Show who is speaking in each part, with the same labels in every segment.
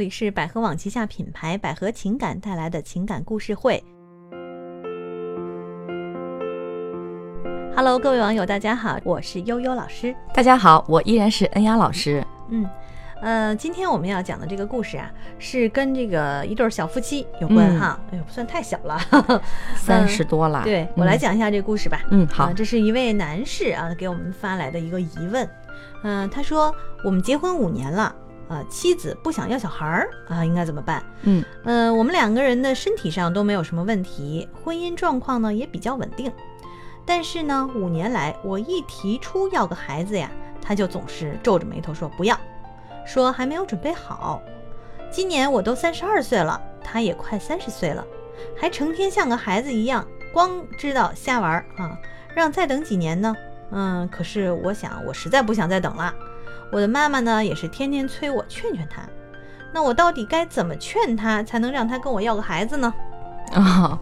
Speaker 1: 这里是百合网旗下品牌百合情感带来的情感故事会。Hello，各位网友，大家好，我是悠悠老师。
Speaker 2: 大家好，我依然是恩雅老师。
Speaker 1: 嗯，呃，今天我们要讲的这个故事啊，是跟这个一对儿小夫妻有关哈。哎呦，不算太小了，
Speaker 2: 三十多了，
Speaker 1: 嗯
Speaker 2: 嗯
Speaker 1: 对我来讲一下这个故事吧。
Speaker 2: 嗯。嗯，啊好
Speaker 1: 啊，，这是一位男士啊给我们发来的一个疑问。嗯、他说我们结婚五年了，啊，妻子不想要小孩儿啊，应该怎么办？
Speaker 2: 嗯
Speaker 1: 呃，我们两个人的身体上都没有什么问题，婚姻状况呢也比较稳定。但是呢，五年来我一提出要个孩子呀，他就总是皱着眉头说不要，说还没有准备好。今年我都三十二岁了，他也快三十岁了，还成天像个孩子一样，光知道瞎玩儿啊，让再等几年呢？嗯，可是我想，我实在不想再等了。我的妈妈呢，也是天天催我，劝劝他。那我到底该怎么劝他，才能让他跟我要个孩子呢？
Speaker 2: 啊、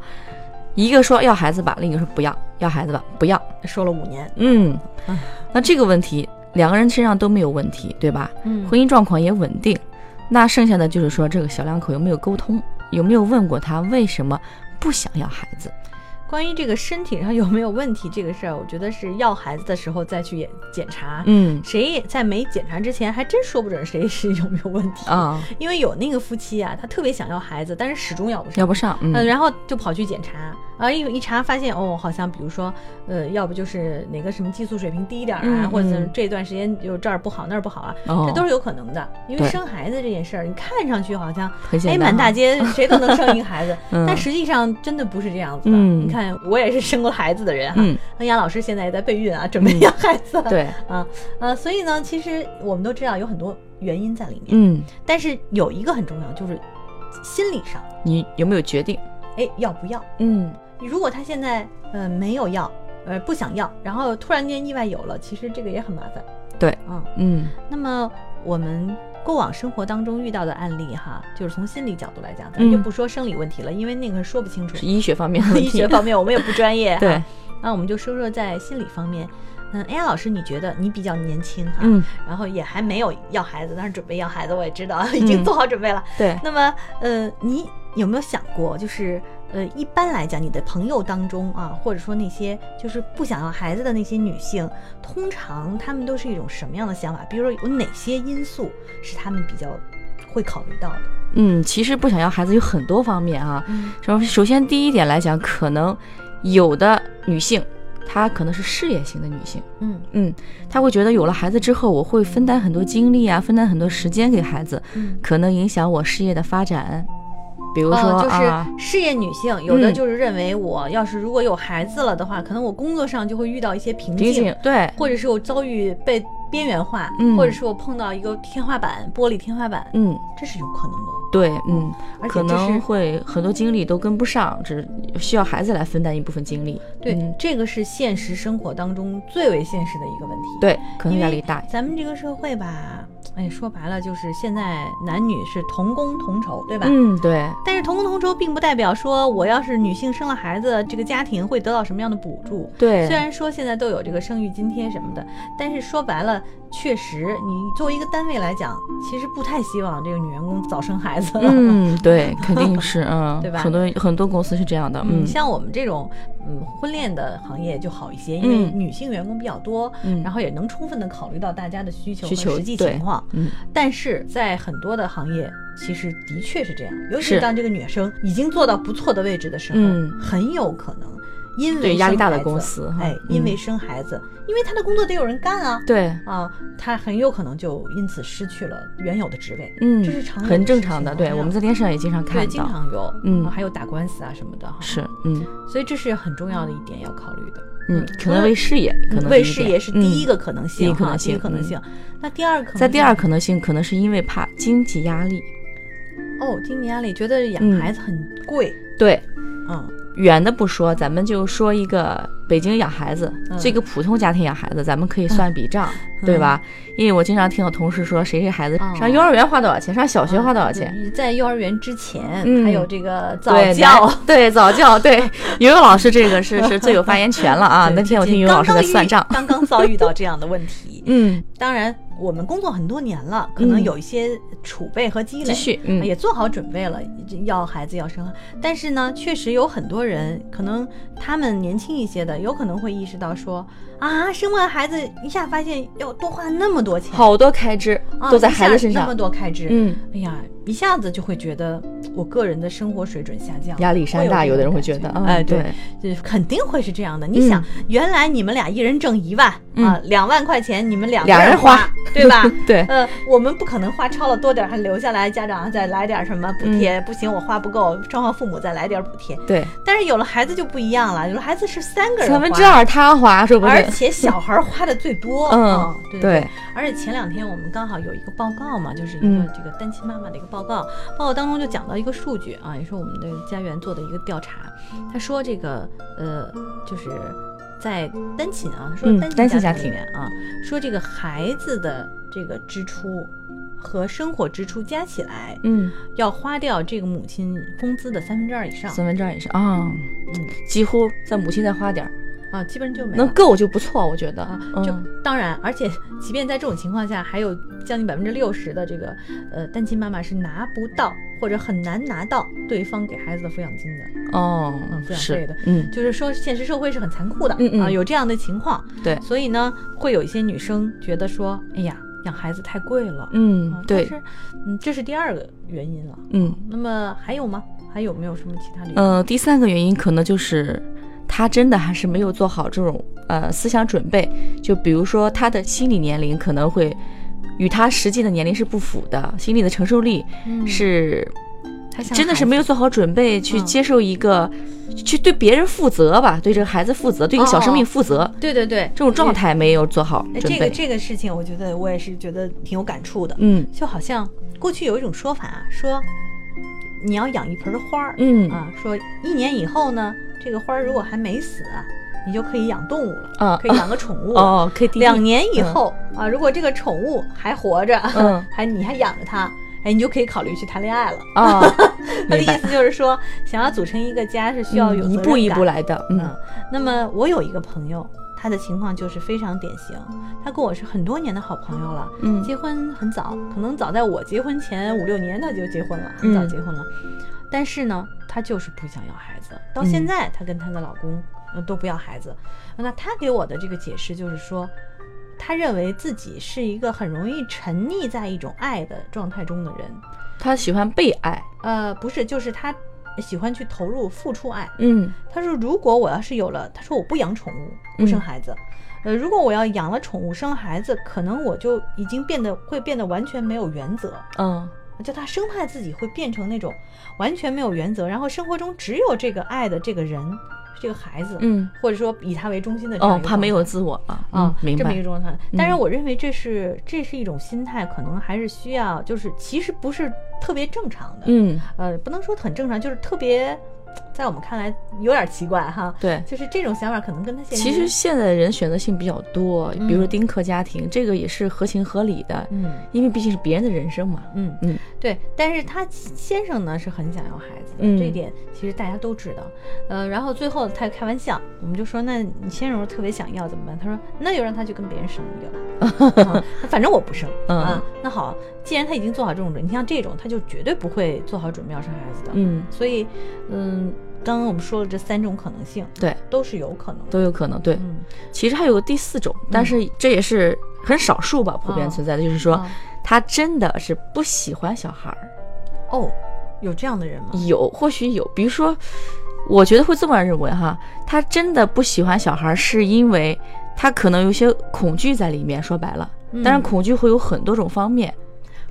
Speaker 2: 一个说要孩子吧，另一个说不要，要孩子吧，不要。
Speaker 1: 说了五年，
Speaker 2: 嗯
Speaker 1: 唉，
Speaker 2: 那这个问题两个人身上都没有问题，对吧？
Speaker 1: 嗯
Speaker 2: 婚姻状况也稳定，那剩下的就是说这个小两口有没有沟通，有没有问过他为什么不想要孩子？
Speaker 1: 关于这个身体上有没有问题这个事儿，我觉得是要孩子的时候再去也检查。
Speaker 2: 嗯
Speaker 1: 谁在没检查之前，还真说不准谁是有没有问题。
Speaker 2: 啊、
Speaker 1: 因为有那个夫妻啊，他特别想要孩子，但是始终要不上。
Speaker 2: 要不上，
Speaker 1: 嗯，
Speaker 2: 嗯
Speaker 1: 然后就跑去检查，啊，一一查发现，哦，好像比如说，呃，要不就是哪个什么激素水平低一点儿啊，
Speaker 2: 嗯
Speaker 1: 或者是
Speaker 2: 嗯
Speaker 1: 这段时间就这儿不好那儿不好啊，
Speaker 2: 哦
Speaker 1: 这都是有可能的。因为
Speaker 2: 对
Speaker 1: 生孩子这件事儿，你看上去好像，
Speaker 2: 很简
Speaker 1: 哎，
Speaker 2: 单，
Speaker 1: 满大， 街谁都能生一个孩子，
Speaker 2: 嗯
Speaker 1: 但实际上真的不是这样子的。
Speaker 2: 嗯
Speaker 1: 你看，我也是生过孩子的人哈。
Speaker 2: 嗯，
Speaker 1: 恩雅老师现在也在备孕啊，准备要孩子。，
Speaker 2: 对，
Speaker 1: 啊，呃，所以呢，其实我们都知道有很多原因在里面，
Speaker 2: 嗯，
Speaker 1: 但是有一个很重要，就是心理上，
Speaker 2: 你有没有决定？
Speaker 1: 哎，要不要？
Speaker 2: 嗯，
Speaker 1: 如果他现在呃没有要，呃不想要，然后突然间意外有了，其实这个也很麻烦。
Speaker 2: 对
Speaker 1: 啊、
Speaker 2: 嗯
Speaker 1: 那么我们过往生活当中遇到的案例哈，就是从心理角度来讲，咱
Speaker 2: 嗯
Speaker 1: 就不说生理问题了，因为那个说不清楚
Speaker 2: 是，医学方面的 问
Speaker 1: 医
Speaker 2: 题。
Speaker 1: 学。方面啊我们也不专业
Speaker 2: 对
Speaker 1: 哈，，那我们就说说在心理方面。嗯，哎呀，老师，你觉得你比较年轻哈，
Speaker 2: 嗯，
Speaker 1: 然后也还没有要孩子，但是准备要孩子，我也知道
Speaker 2: 嗯
Speaker 1: 已经做好准备了。
Speaker 2: 对，
Speaker 1: 那么，呃，你有没有想过，就是呃，一般来讲，你的朋友当中啊，或者说那些就是不想要孩子的那些女性，通常她们都是一种什么样的想法？比如说有哪些因素是她们比较会考虑到的？
Speaker 2: 嗯，其实不想要孩子有很多方面啊。
Speaker 1: 嗯
Speaker 2: 首首先第一点来讲，可能有的女性，她可能是事业型的女性，
Speaker 1: 嗯
Speaker 2: 嗯，她会觉得有了孩子之后，我会分担很多精力啊，分担很多时间给孩子，
Speaker 1: 嗯。
Speaker 2: 可能影响我事业的发展。比如
Speaker 1: 哦、
Speaker 2: 说、啊，
Speaker 1: 就是事业女性，有的
Speaker 2: 嗯
Speaker 1: 就是认为我要是如果有孩子了的话，可能我工作上就会遇到一些瓶
Speaker 2: 仅
Speaker 1: 颈，
Speaker 2: 仅对，
Speaker 1: 或者是我遭遇被边缘化，
Speaker 2: 嗯
Speaker 1: 或者是我碰到一个天花板，玻璃天花板，
Speaker 2: 嗯，
Speaker 1: 这是有可能的。哦
Speaker 2: 对，嗯，
Speaker 1: 而且
Speaker 2: 可
Speaker 1: 这
Speaker 2: 能
Speaker 1: 是
Speaker 2: 会很多精力都跟不上，只需要孩子来分担一部分精力。
Speaker 1: 对，
Speaker 2: 嗯
Speaker 1: 这个是现实生活当中最为现实的一个问题。，
Speaker 2: 对，可能压力大。
Speaker 1: 咱们这个社会吧，哎，说白了就是现在男女是同工同酬，对吧？
Speaker 2: 嗯，对，
Speaker 1: 但是同工同酬并不代表说我要是女性生了孩子，这个家庭会得到什么样的补助。
Speaker 2: 对，
Speaker 1: 虽然说现在都有这个生育津贴什么的，但是说白了，确实你作为一个单位来讲，其实不太希望这个女员工早生孩 子。
Speaker 2: 嗯，对，肯 定是，嗯，
Speaker 1: 对吧
Speaker 2: 很多很多公司是这样的，嗯，
Speaker 1: 像我们这种嗯婚恋的行业就好一些，因为
Speaker 2: 嗯
Speaker 1: 女性员工比较多，
Speaker 2: 嗯
Speaker 1: 然后也能充分的考虑到大家的需求和
Speaker 2: 需求
Speaker 1: 实际
Speaker 2: 对
Speaker 1: 情况。
Speaker 2: 嗯，
Speaker 1: 但是在很多的行业，其实的确是这样，尤其是
Speaker 2: 是
Speaker 1: 当这个女生已经做到不错的位置的时候，
Speaker 2: 嗯
Speaker 1: 很有可能因为
Speaker 2: 对压力
Speaker 1: 生
Speaker 2: 大的
Speaker 1: 孩
Speaker 2: 公
Speaker 1: 子
Speaker 2: 司哈
Speaker 1: 哎，因为
Speaker 2: 嗯
Speaker 1: 生孩子，因为她的工作得有人干啊。
Speaker 2: 对，
Speaker 1: 啊，她很有可能就因此失去了原有的职位，
Speaker 2: 嗯，
Speaker 1: 这是常有
Speaker 2: 很
Speaker 1: 的
Speaker 2: 正
Speaker 1: 事
Speaker 2: 常
Speaker 1: 情
Speaker 2: 的，
Speaker 1: 啊
Speaker 2: 对，
Speaker 1: 对啊
Speaker 2: 我们在电视上也经常看
Speaker 1: 对，
Speaker 2: 到，
Speaker 1: 经常有，
Speaker 2: 嗯
Speaker 1: 还有打官司啊什么的哈，
Speaker 2: 是，嗯
Speaker 1: 所以这是很重要的一点要考虑的。
Speaker 2: 嗯，
Speaker 1: 除
Speaker 2: 可
Speaker 1: 了
Speaker 2: 能为事业，可能
Speaker 1: 为
Speaker 2: 一
Speaker 1: 事
Speaker 2: 点
Speaker 1: 业是第一，
Speaker 2: 嗯
Speaker 1: 个可能性
Speaker 2: 第一
Speaker 1: 哈，
Speaker 2: 可能
Speaker 1: 第一
Speaker 2: 性
Speaker 1: 可能
Speaker 2: 嗯
Speaker 1: 性。那第二可能性
Speaker 2: 在第二可能性可能是因为怕经济压力，
Speaker 1: 哦，经济压力，觉得养
Speaker 2: 嗯
Speaker 1: 孩子很贵，
Speaker 2: 对，
Speaker 1: 嗯
Speaker 2: 远的不说，咱们就说一个北京养孩子，
Speaker 1: 嗯
Speaker 2: 这个普通家庭养孩子，咱们可以算笔账，对吧？因为我经常听到同事说，谁谁孩子
Speaker 1: 嗯哦
Speaker 2: 上幼儿园花多少钱，上小学花多少钱，
Speaker 1: 对嗯在幼儿园之前，
Speaker 2: 嗯
Speaker 1: 还有这个早
Speaker 2: 对
Speaker 1: 教，
Speaker 2: 男对早教，对 游泳老师这个是是最有发言权了啊！
Speaker 1: 对
Speaker 2: 那天我
Speaker 1: 最近
Speaker 2: 听游泳老师
Speaker 1: 刚
Speaker 2: 在
Speaker 1: 刚遇，
Speaker 2: 算账
Speaker 1: 刚刚遭遇到这样的问题。
Speaker 2: 嗯
Speaker 1: 当然，我们工作很多年了，可能
Speaker 2: 嗯
Speaker 1: 有一些储备和积累，
Speaker 2: 继续，嗯，
Speaker 1: 也做好准备了，要孩子要生。但是呢，确实有很多人，可能他们年轻一些的，有可能会意识到说，啊，生完孩子一下发现要多花那么多钱，
Speaker 2: 好多开支
Speaker 1: 啊
Speaker 2: 都在孩子身
Speaker 1: 一下那
Speaker 2: 上
Speaker 1: 么，多开支，
Speaker 2: 嗯，
Speaker 1: 哎呀，一下子就会觉得我个人的生活水准下降，
Speaker 2: 压力山大，
Speaker 1: 会有
Speaker 2: 有
Speaker 1: 这种
Speaker 2: 的人会
Speaker 1: 感
Speaker 2: 觉
Speaker 1: 觉
Speaker 2: 得，
Speaker 1: 哎
Speaker 2: 嗯，
Speaker 1: 对
Speaker 2: 对，
Speaker 1: 这肯定会是这样的。
Speaker 2: 嗯
Speaker 1: 你想，原来你们俩一人挣一万啊，两万块钱你们两个
Speaker 2: 俩人
Speaker 1: 花，
Speaker 2: 花
Speaker 1: 对 吧？
Speaker 2: 对，
Speaker 1: 呃，我们不可能花超了多点儿还留下来，家长再来点儿什么补
Speaker 2: 嗯
Speaker 1: 贴，不行我花不够，双方父母再来点儿补贴。
Speaker 2: 对，
Speaker 1: 但是有了孩子就不一样了，有了孩子是三个人
Speaker 2: 三分
Speaker 1: 花
Speaker 2: 之，二他花，说不
Speaker 1: 而
Speaker 2: 定，
Speaker 1: 且小孩儿花的最多。
Speaker 2: 嗯
Speaker 1: 对对。
Speaker 2: 对，
Speaker 1: 而且前两天我们刚好有一个报告嘛，就是一个
Speaker 2: 嗯
Speaker 1: 这个单亲妈妈的一个报告，报告当中就讲到一个数据啊，也是我们的家园做的一个调查，他说这个呃，就是在单亲啊，说
Speaker 2: 嗯
Speaker 1: 单
Speaker 2: 单
Speaker 1: 亲
Speaker 2: 亲
Speaker 1: 家
Speaker 2: 家
Speaker 1: 庭里面啊，说这个孩子的这个支出和生活支出加起来
Speaker 2: 嗯，
Speaker 1: 要花掉这个母亲工资的三分之二以上
Speaker 2: 三分之二以上啊，
Speaker 1: 嗯
Speaker 2: 几乎在母亲再花点儿，
Speaker 1: 啊，基本上就没
Speaker 2: 能
Speaker 1: 了。
Speaker 2: 够就不错，我觉得
Speaker 1: 啊，，就
Speaker 2: 嗯，
Speaker 1: 当然，而且即便在这种情况下，还有将近百分之六十的这个呃单亲妈妈是拿不到或者很难拿到对方给孩子的抚养金的，
Speaker 2: 哦
Speaker 1: 嗯，抚养费
Speaker 2: 是
Speaker 1: 的，
Speaker 2: 嗯，
Speaker 1: 就是说现实社会是很残酷的，
Speaker 2: 嗯嗯
Speaker 1: 啊，有这样的情况，
Speaker 2: 对，
Speaker 1: 所以呢，会有一些女生觉得说，哎呀，养孩子太贵了，啊
Speaker 2: 嗯，对，
Speaker 1: 但是嗯，这是第二个原因了。
Speaker 2: 嗯。
Speaker 1: 那么还有吗？还有没有什么其他理由？
Speaker 2: 嗯，第三个原因可能就是他真的还是没有做好这种呃思想准备，就比如说他的心理年龄可能会与他实际的年龄是不符的，心理的承受力
Speaker 1: 嗯
Speaker 2: 是
Speaker 1: 他想
Speaker 2: 真的是
Speaker 1: 孩
Speaker 2: 没有做好准备去
Speaker 1: 嗯
Speaker 2: 接受一个、去对别人负责吧，对这个孩子负责，对一个小生
Speaker 1: 哦
Speaker 2: 命负责。
Speaker 1: 子，对对对，
Speaker 2: 这种状态没有做好
Speaker 1: 哎，
Speaker 2: 准
Speaker 1: 这
Speaker 2: 备，
Speaker 1: 个这个事情，我觉得我也是觉得挺有感触的。
Speaker 2: 嗯
Speaker 1: 就好像过去有一种说法啊，说你要养一盆花儿、
Speaker 2: 嗯
Speaker 1: 啊，说一年以后呢，这个花儿如果还没死啊，你就可以养动物了，
Speaker 2: 啊
Speaker 1: 可以养个宠物了。
Speaker 2: 哦，可以定义
Speaker 1: 两年以后、啊，如果这个宠物还活着，
Speaker 2: 嗯
Speaker 1: 还你还养着它，哎，你就可以考虑去谈恋爱了。
Speaker 2: 啊，
Speaker 1: 他的意
Speaker 2: 明白
Speaker 1: 思就是说，想要组成一个家是需要有、
Speaker 2: 嗯一步一步。来的，嗯
Speaker 1: 嗯，那么我有一个朋友，他的情况就是非常典型，他跟我是很多年的好朋友了。
Speaker 2: 嗯
Speaker 1: 结婚很早，可能早在我结婚前五六年他就结婚了，很早
Speaker 2: 嗯
Speaker 1: 结婚了。但是呢，他就是不想要孩子，到
Speaker 2: 嗯
Speaker 1: 现在她跟她的老公、呃、都不要孩子。那她给我的这个解释就是说，她认为自己是一个很容易沉溺在一种爱的状态中的人。
Speaker 2: 他喜欢被爱，
Speaker 1: 呃，不是，就是她喜欢去投入、付出爱。
Speaker 2: 嗯
Speaker 1: 她说，如果我要是有了，她说我不养宠物，不
Speaker 2: 嗯
Speaker 1: 生孩子。呃，如果我要养了宠物生孩子，可能我就已经变得会变得完全没有原则，
Speaker 2: 嗯
Speaker 1: 就她生怕自己会变成那种完全没有原则，然后生活中只有这个爱的这个人，这个孩子，
Speaker 2: 嗯，
Speaker 1: 或者说以他为中心的这样
Speaker 2: 哦
Speaker 1: 一，个
Speaker 2: 怕没有
Speaker 1: 状态
Speaker 2: 自我了
Speaker 1: 啊、
Speaker 2: 嗯明
Speaker 1: 这么一
Speaker 2: 白嗯
Speaker 1: 个。状态。当然，我认为这是、这是一种心态，可能还是需要，就是其实不是特别正常的，
Speaker 2: 嗯，
Speaker 1: 呃，不能说很正常，就是特别，在我们看来有点奇怪哈。
Speaker 2: 对。
Speaker 1: 就是这种想法可能跟他现
Speaker 2: 其实现在人选择性比较多，比如说
Speaker 1: 嗯
Speaker 2: 丁克家庭，这个也是合情合理的，
Speaker 1: 嗯
Speaker 2: 因为毕竟是别人的人生嘛。
Speaker 1: 嗯
Speaker 2: 嗯
Speaker 1: 对，但是他先生呢是很想要孩子的，
Speaker 2: 嗯
Speaker 1: 这一点其实大家都知道。呃，然后最后他开玩笑，我们就说，那你先生特别想要怎么办？他说，那就让他去跟别人生 一个吧，啊反正我不生、
Speaker 2: 嗯
Speaker 1: 啊。那好，既然他已经做好这种准备，你像这种他就绝对不会做好准备要生孩子的。
Speaker 2: 嗯，
Speaker 1: 所以，嗯，刚刚我们说了这三种可能性，
Speaker 2: 对，
Speaker 1: 都是有可能的。
Speaker 2: 都有可能。对，
Speaker 1: 嗯，
Speaker 2: 其实还有个第四种，但是这也是很少数吧，普遍存在的，就是说
Speaker 1: 啊
Speaker 2: 他真的是不喜欢小孩儿。
Speaker 1: 哦，有这样的人吗？
Speaker 2: 有，或许有，比如说，我觉得会这么认为哈，他真的不喜欢小孩儿，是因为他可能有些恐惧在里面。说白了，当然
Speaker 1: 嗯
Speaker 2: 恐惧会有很多种方面。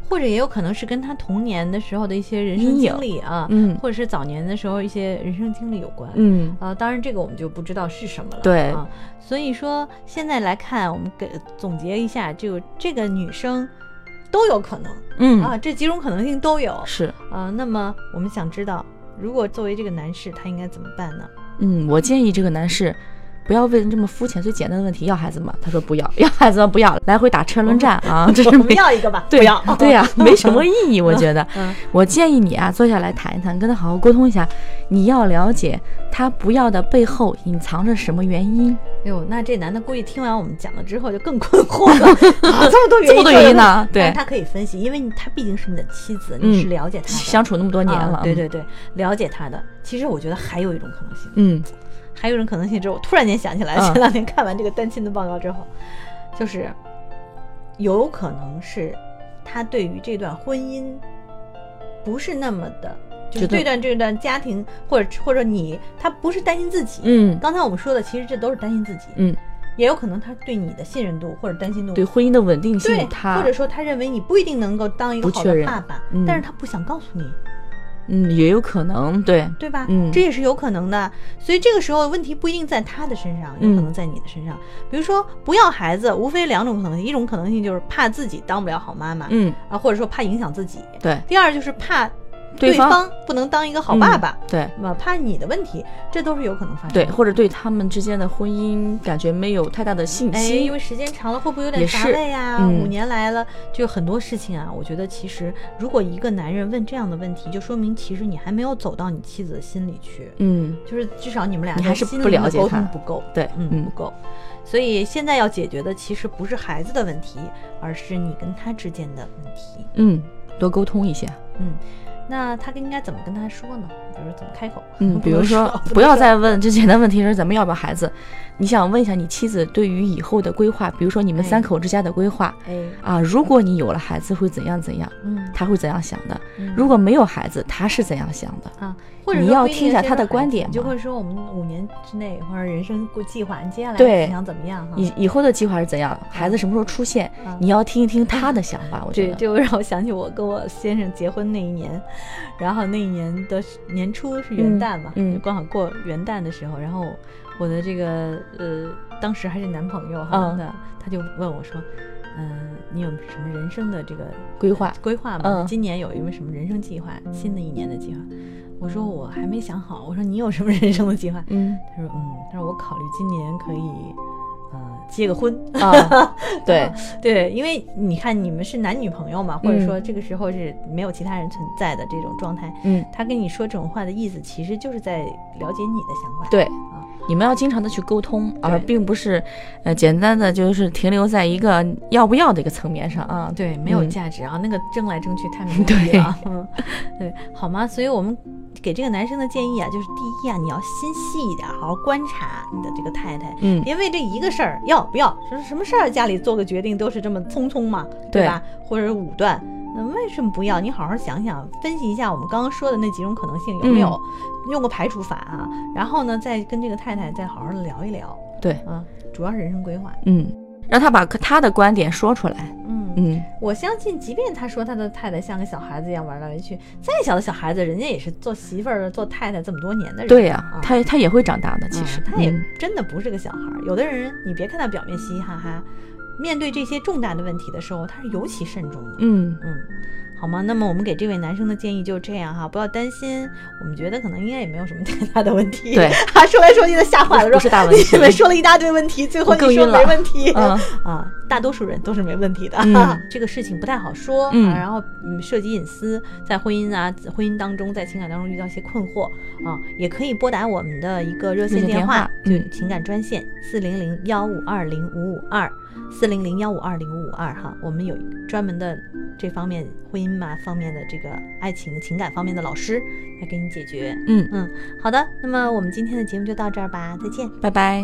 Speaker 1: 或者也有可能是跟他童年的时候的一些人生
Speaker 2: 阴影
Speaker 1: 经历啊，
Speaker 2: 嗯
Speaker 1: 或者是早年的时候一些人生经历有关。
Speaker 2: 嗯，
Speaker 1: 啊，当然这个我们就不知道是什么了。
Speaker 2: 对
Speaker 1: 啊，所以说现在来看，我们给总结一下，就这个女生都有可能、
Speaker 2: 嗯，
Speaker 1: 啊，这几种可能性都有
Speaker 2: 是，
Speaker 1: 啊。那么我们想知道，如果作为这个男士，他应该怎么办呢？
Speaker 2: 嗯，我建议这个男士不要问这么肤浅、最简单的问题，要孩子吗？他说不要， 要孩子吗？不要，来回打车轮战啊，这是
Speaker 1: 我们
Speaker 2: 没
Speaker 1: 要一个吧？
Speaker 2: 对
Speaker 1: 哦 不要，
Speaker 2: 对 呀、没什么意义，我觉得。
Speaker 1: 嗯
Speaker 2: 我建议你啊，坐下来谈一谈，跟他好好沟通一下，你要了解他不要的背后隐藏着什么原因，
Speaker 1: 哎呦，那这男的估计听完我们讲了之后就更困惑 了，啊这么多原因，
Speaker 2: 这么多原因呢？
Speaker 1: 但
Speaker 2: 对
Speaker 1: 是，他可以分析，因为你他毕竟是你的妻子，
Speaker 2: 嗯
Speaker 1: 你是了解他的，
Speaker 2: 相处那么多年了，
Speaker 1: 啊对对对，了解他的。其实我觉得还有一种可能性，
Speaker 2: 嗯，
Speaker 1: 还有一种可能性，就是我突然间想起来，
Speaker 2: 嗯
Speaker 1: 前两天看完这个单亲的报告之后，就是有可能是他对于这段婚姻不是那么的，就
Speaker 2: 觉
Speaker 1: 是
Speaker 2: 得
Speaker 1: 对段这段家庭，或者或者你，他不是担心自己，
Speaker 2: 嗯
Speaker 1: 刚才我们说的，其实这都是担心自己，
Speaker 2: 嗯，
Speaker 1: 也有可能他对你的信任度或者担心度
Speaker 2: 对婚姻的稳定
Speaker 1: 对
Speaker 2: 性，他
Speaker 1: 或者说他认为你不一定能够当一个
Speaker 2: 不
Speaker 1: 好
Speaker 2: 确
Speaker 1: 的
Speaker 2: 认
Speaker 1: 爸爸，
Speaker 2: 嗯
Speaker 1: 但是他不想告诉你，
Speaker 2: 嗯也有可能对，
Speaker 1: 对吧？
Speaker 2: 嗯
Speaker 1: 这也是有可能的。所以这个时候问题不一定在他的身上，有
Speaker 2: 嗯
Speaker 1: 可能在你的身上。比如说不要孩子，无非两种可能性，一种可能性就是怕自己当不了好妈妈、
Speaker 2: 嗯
Speaker 1: 啊，或者说怕影响自己；
Speaker 2: 对，
Speaker 1: 第二就是怕
Speaker 2: 对方
Speaker 1: 方不能当一个好爸爸，
Speaker 2: 嗯对。
Speaker 1: 啊，怕你的问题，这都是有可能发生的。
Speaker 2: 对，或者对他们之间的婚姻感觉没有太大的信
Speaker 1: 哎，
Speaker 2: 心
Speaker 1: 因，为时间长了会不会有点
Speaker 2: 也
Speaker 1: 乏
Speaker 2: 是
Speaker 1: 味啊？
Speaker 2: 嗯
Speaker 1: 五年来了，就很多事情啊。我觉得其实，如果一个男人问这样的问题，就说明其实你还没有走到你妻子的心里去，
Speaker 2: 嗯，
Speaker 1: 就是至少你们俩
Speaker 2: 你
Speaker 1: 在
Speaker 2: 还是
Speaker 1: 心
Speaker 2: 不
Speaker 1: 灵的
Speaker 2: 了解
Speaker 1: 沟
Speaker 2: 他
Speaker 1: 通不够，
Speaker 2: 对
Speaker 1: 嗯，
Speaker 2: 嗯
Speaker 1: 不够。所以现在要解决的其实不是孩子的问题，而是你跟他之间的问题。
Speaker 2: 嗯，多沟通一下。
Speaker 1: 嗯，那他应该怎么跟他说呢？比如怎么开口？
Speaker 2: 嗯，比
Speaker 1: 能
Speaker 2: 如说，不
Speaker 1: 能
Speaker 2: 要再问之前的问题是咱们要不要孩子。你想问一下你妻子对于以后的规划，比如说你们
Speaker 1: 哎
Speaker 2: 三口之家的规划
Speaker 1: 哎，
Speaker 2: 啊，如果你有了孩子会怎样怎样，
Speaker 1: 嗯，
Speaker 2: 他会怎样想的？
Speaker 1: 嗯
Speaker 2: 如果没有孩子，他是怎样想的？
Speaker 1: 啊，或者
Speaker 2: 你
Speaker 1: 说
Speaker 2: 要
Speaker 1: 不一定
Speaker 2: 听一下
Speaker 1: 是
Speaker 2: 他的
Speaker 1: 说
Speaker 2: 观
Speaker 1: 孩子
Speaker 2: 点
Speaker 1: 你就
Speaker 2: 嘛
Speaker 1: 会说我们五年之内或者人生规计划，你接下来
Speaker 2: 对
Speaker 1: 你想怎么样哈？
Speaker 2: 以以后的计划是怎样？孩子什么时候出现
Speaker 1: 啊？
Speaker 2: 你要听一听他的想法。我
Speaker 1: 对，
Speaker 2: 觉得，
Speaker 1: 就让我想起我跟我先生结婚那一年，然后那一年的是年初是元
Speaker 2: 嗯
Speaker 1: 旦嘛，
Speaker 2: 嗯
Speaker 1: 就刚好过元旦的时候，然后我的这个呃，当时还是男朋友哈，
Speaker 2: 嗯
Speaker 1: 那他就问我说，嗯、你有什么人生的这个
Speaker 2: 规划
Speaker 1: 规划吗？
Speaker 2: 嗯
Speaker 1: 今年有一个什么人生计划？新的一年的计划？我说我还没想好。我说你有什么人生的计划？
Speaker 2: 嗯
Speaker 1: 他说嗯，他说我考虑今年可以，呃，结个婚。
Speaker 2: 啊，对，
Speaker 1: 对，因为你看你们是男女朋友嘛，或者
Speaker 2: 嗯
Speaker 1: 说这个时候是没有其他人存在的这种状态，
Speaker 2: 嗯
Speaker 1: 他跟你说这种话的意思，其实就是在了解你的想法。
Speaker 2: 对。你们要经常的去沟通，而并不是，呃，简单的就是停留在一个要不要的一个层面上啊。
Speaker 1: 对，没有
Speaker 2: 嗯
Speaker 1: 价值啊，那个争来争去 太没有意义了啊。嗯对，好吗？所以我们给这个男生的建议啊，就是第一啊，你要心细一点，好好观察你的这个太太，
Speaker 2: 嗯，
Speaker 1: 别为这一个事儿要不要，什么什么事儿家里做个决定都是这么匆匆嘛，对
Speaker 2: 对
Speaker 1: 吧？或者是武断，那为什么不要？你好好想想，分析一下我们刚刚说的那几种可能性有没有，
Speaker 2: 嗯
Speaker 1: 用个排除法啊，然后呢，再跟这个太太再好好的聊一聊
Speaker 2: 对，
Speaker 1: 啊，主要是人生规划。
Speaker 2: 嗯，让他把他的观点说出来。
Speaker 1: 嗯，
Speaker 2: 嗯，
Speaker 1: 我相信，即便他说他的太太像个小孩子一样玩来玩去，再小的小孩子，人家也是做媳妇儿、做太太这么多年的人。
Speaker 2: 对呀、
Speaker 1: 啊
Speaker 2: 他他也会长大的，其实。
Speaker 1: 嗯他也
Speaker 2: 嗯
Speaker 1: 真的不是个小孩儿。有的人，你别看他表面嘻嘻哈哈，面对这些重大的问题的时候，他是尤其慎重的。
Speaker 2: 嗯
Speaker 1: 嗯，好吗？那么我们给这位男生的建议就是这样哈，不要担心。我们觉得可能应该也没有什么 太大的问题。
Speaker 2: 对
Speaker 1: 啊，说来说去的吓坏了，
Speaker 2: 不是大问题
Speaker 1: 你们说了一大堆问题，最后
Speaker 2: 我更
Speaker 1: 你说
Speaker 2: 晕了
Speaker 1: 没问题。
Speaker 2: 嗯
Speaker 1: 啊，大多数人都是没问题的。
Speaker 2: 嗯
Speaker 1: 这个事情不太好说，
Speaker 2: 嗯
Speaker 1: 啊、然后嗯，涉及隐私，在婚姻啊、婚姻当中，在情感当中遇到一些困惑啊，也可以拨打我们的一个热线
Speaker 2: 热线
Speaker 1: 电
Speaker 2: 电
Speaker 1: 话
Speaker 2: 话，
Speaker 1: 就
Speaker 2: 嗯
Speaker 1: 情感专线四零零幺五二零五五二四零零幺五二零五五二哈，我们有专门的这方面婚姻嘛方面的这个爱情情感方面的老师来给你解决。
Speaker 2: 嗯，
Speaker 1: 好的，那么我们今天的节目就到这儿吧，再见。
Speaker 2: 拜拜。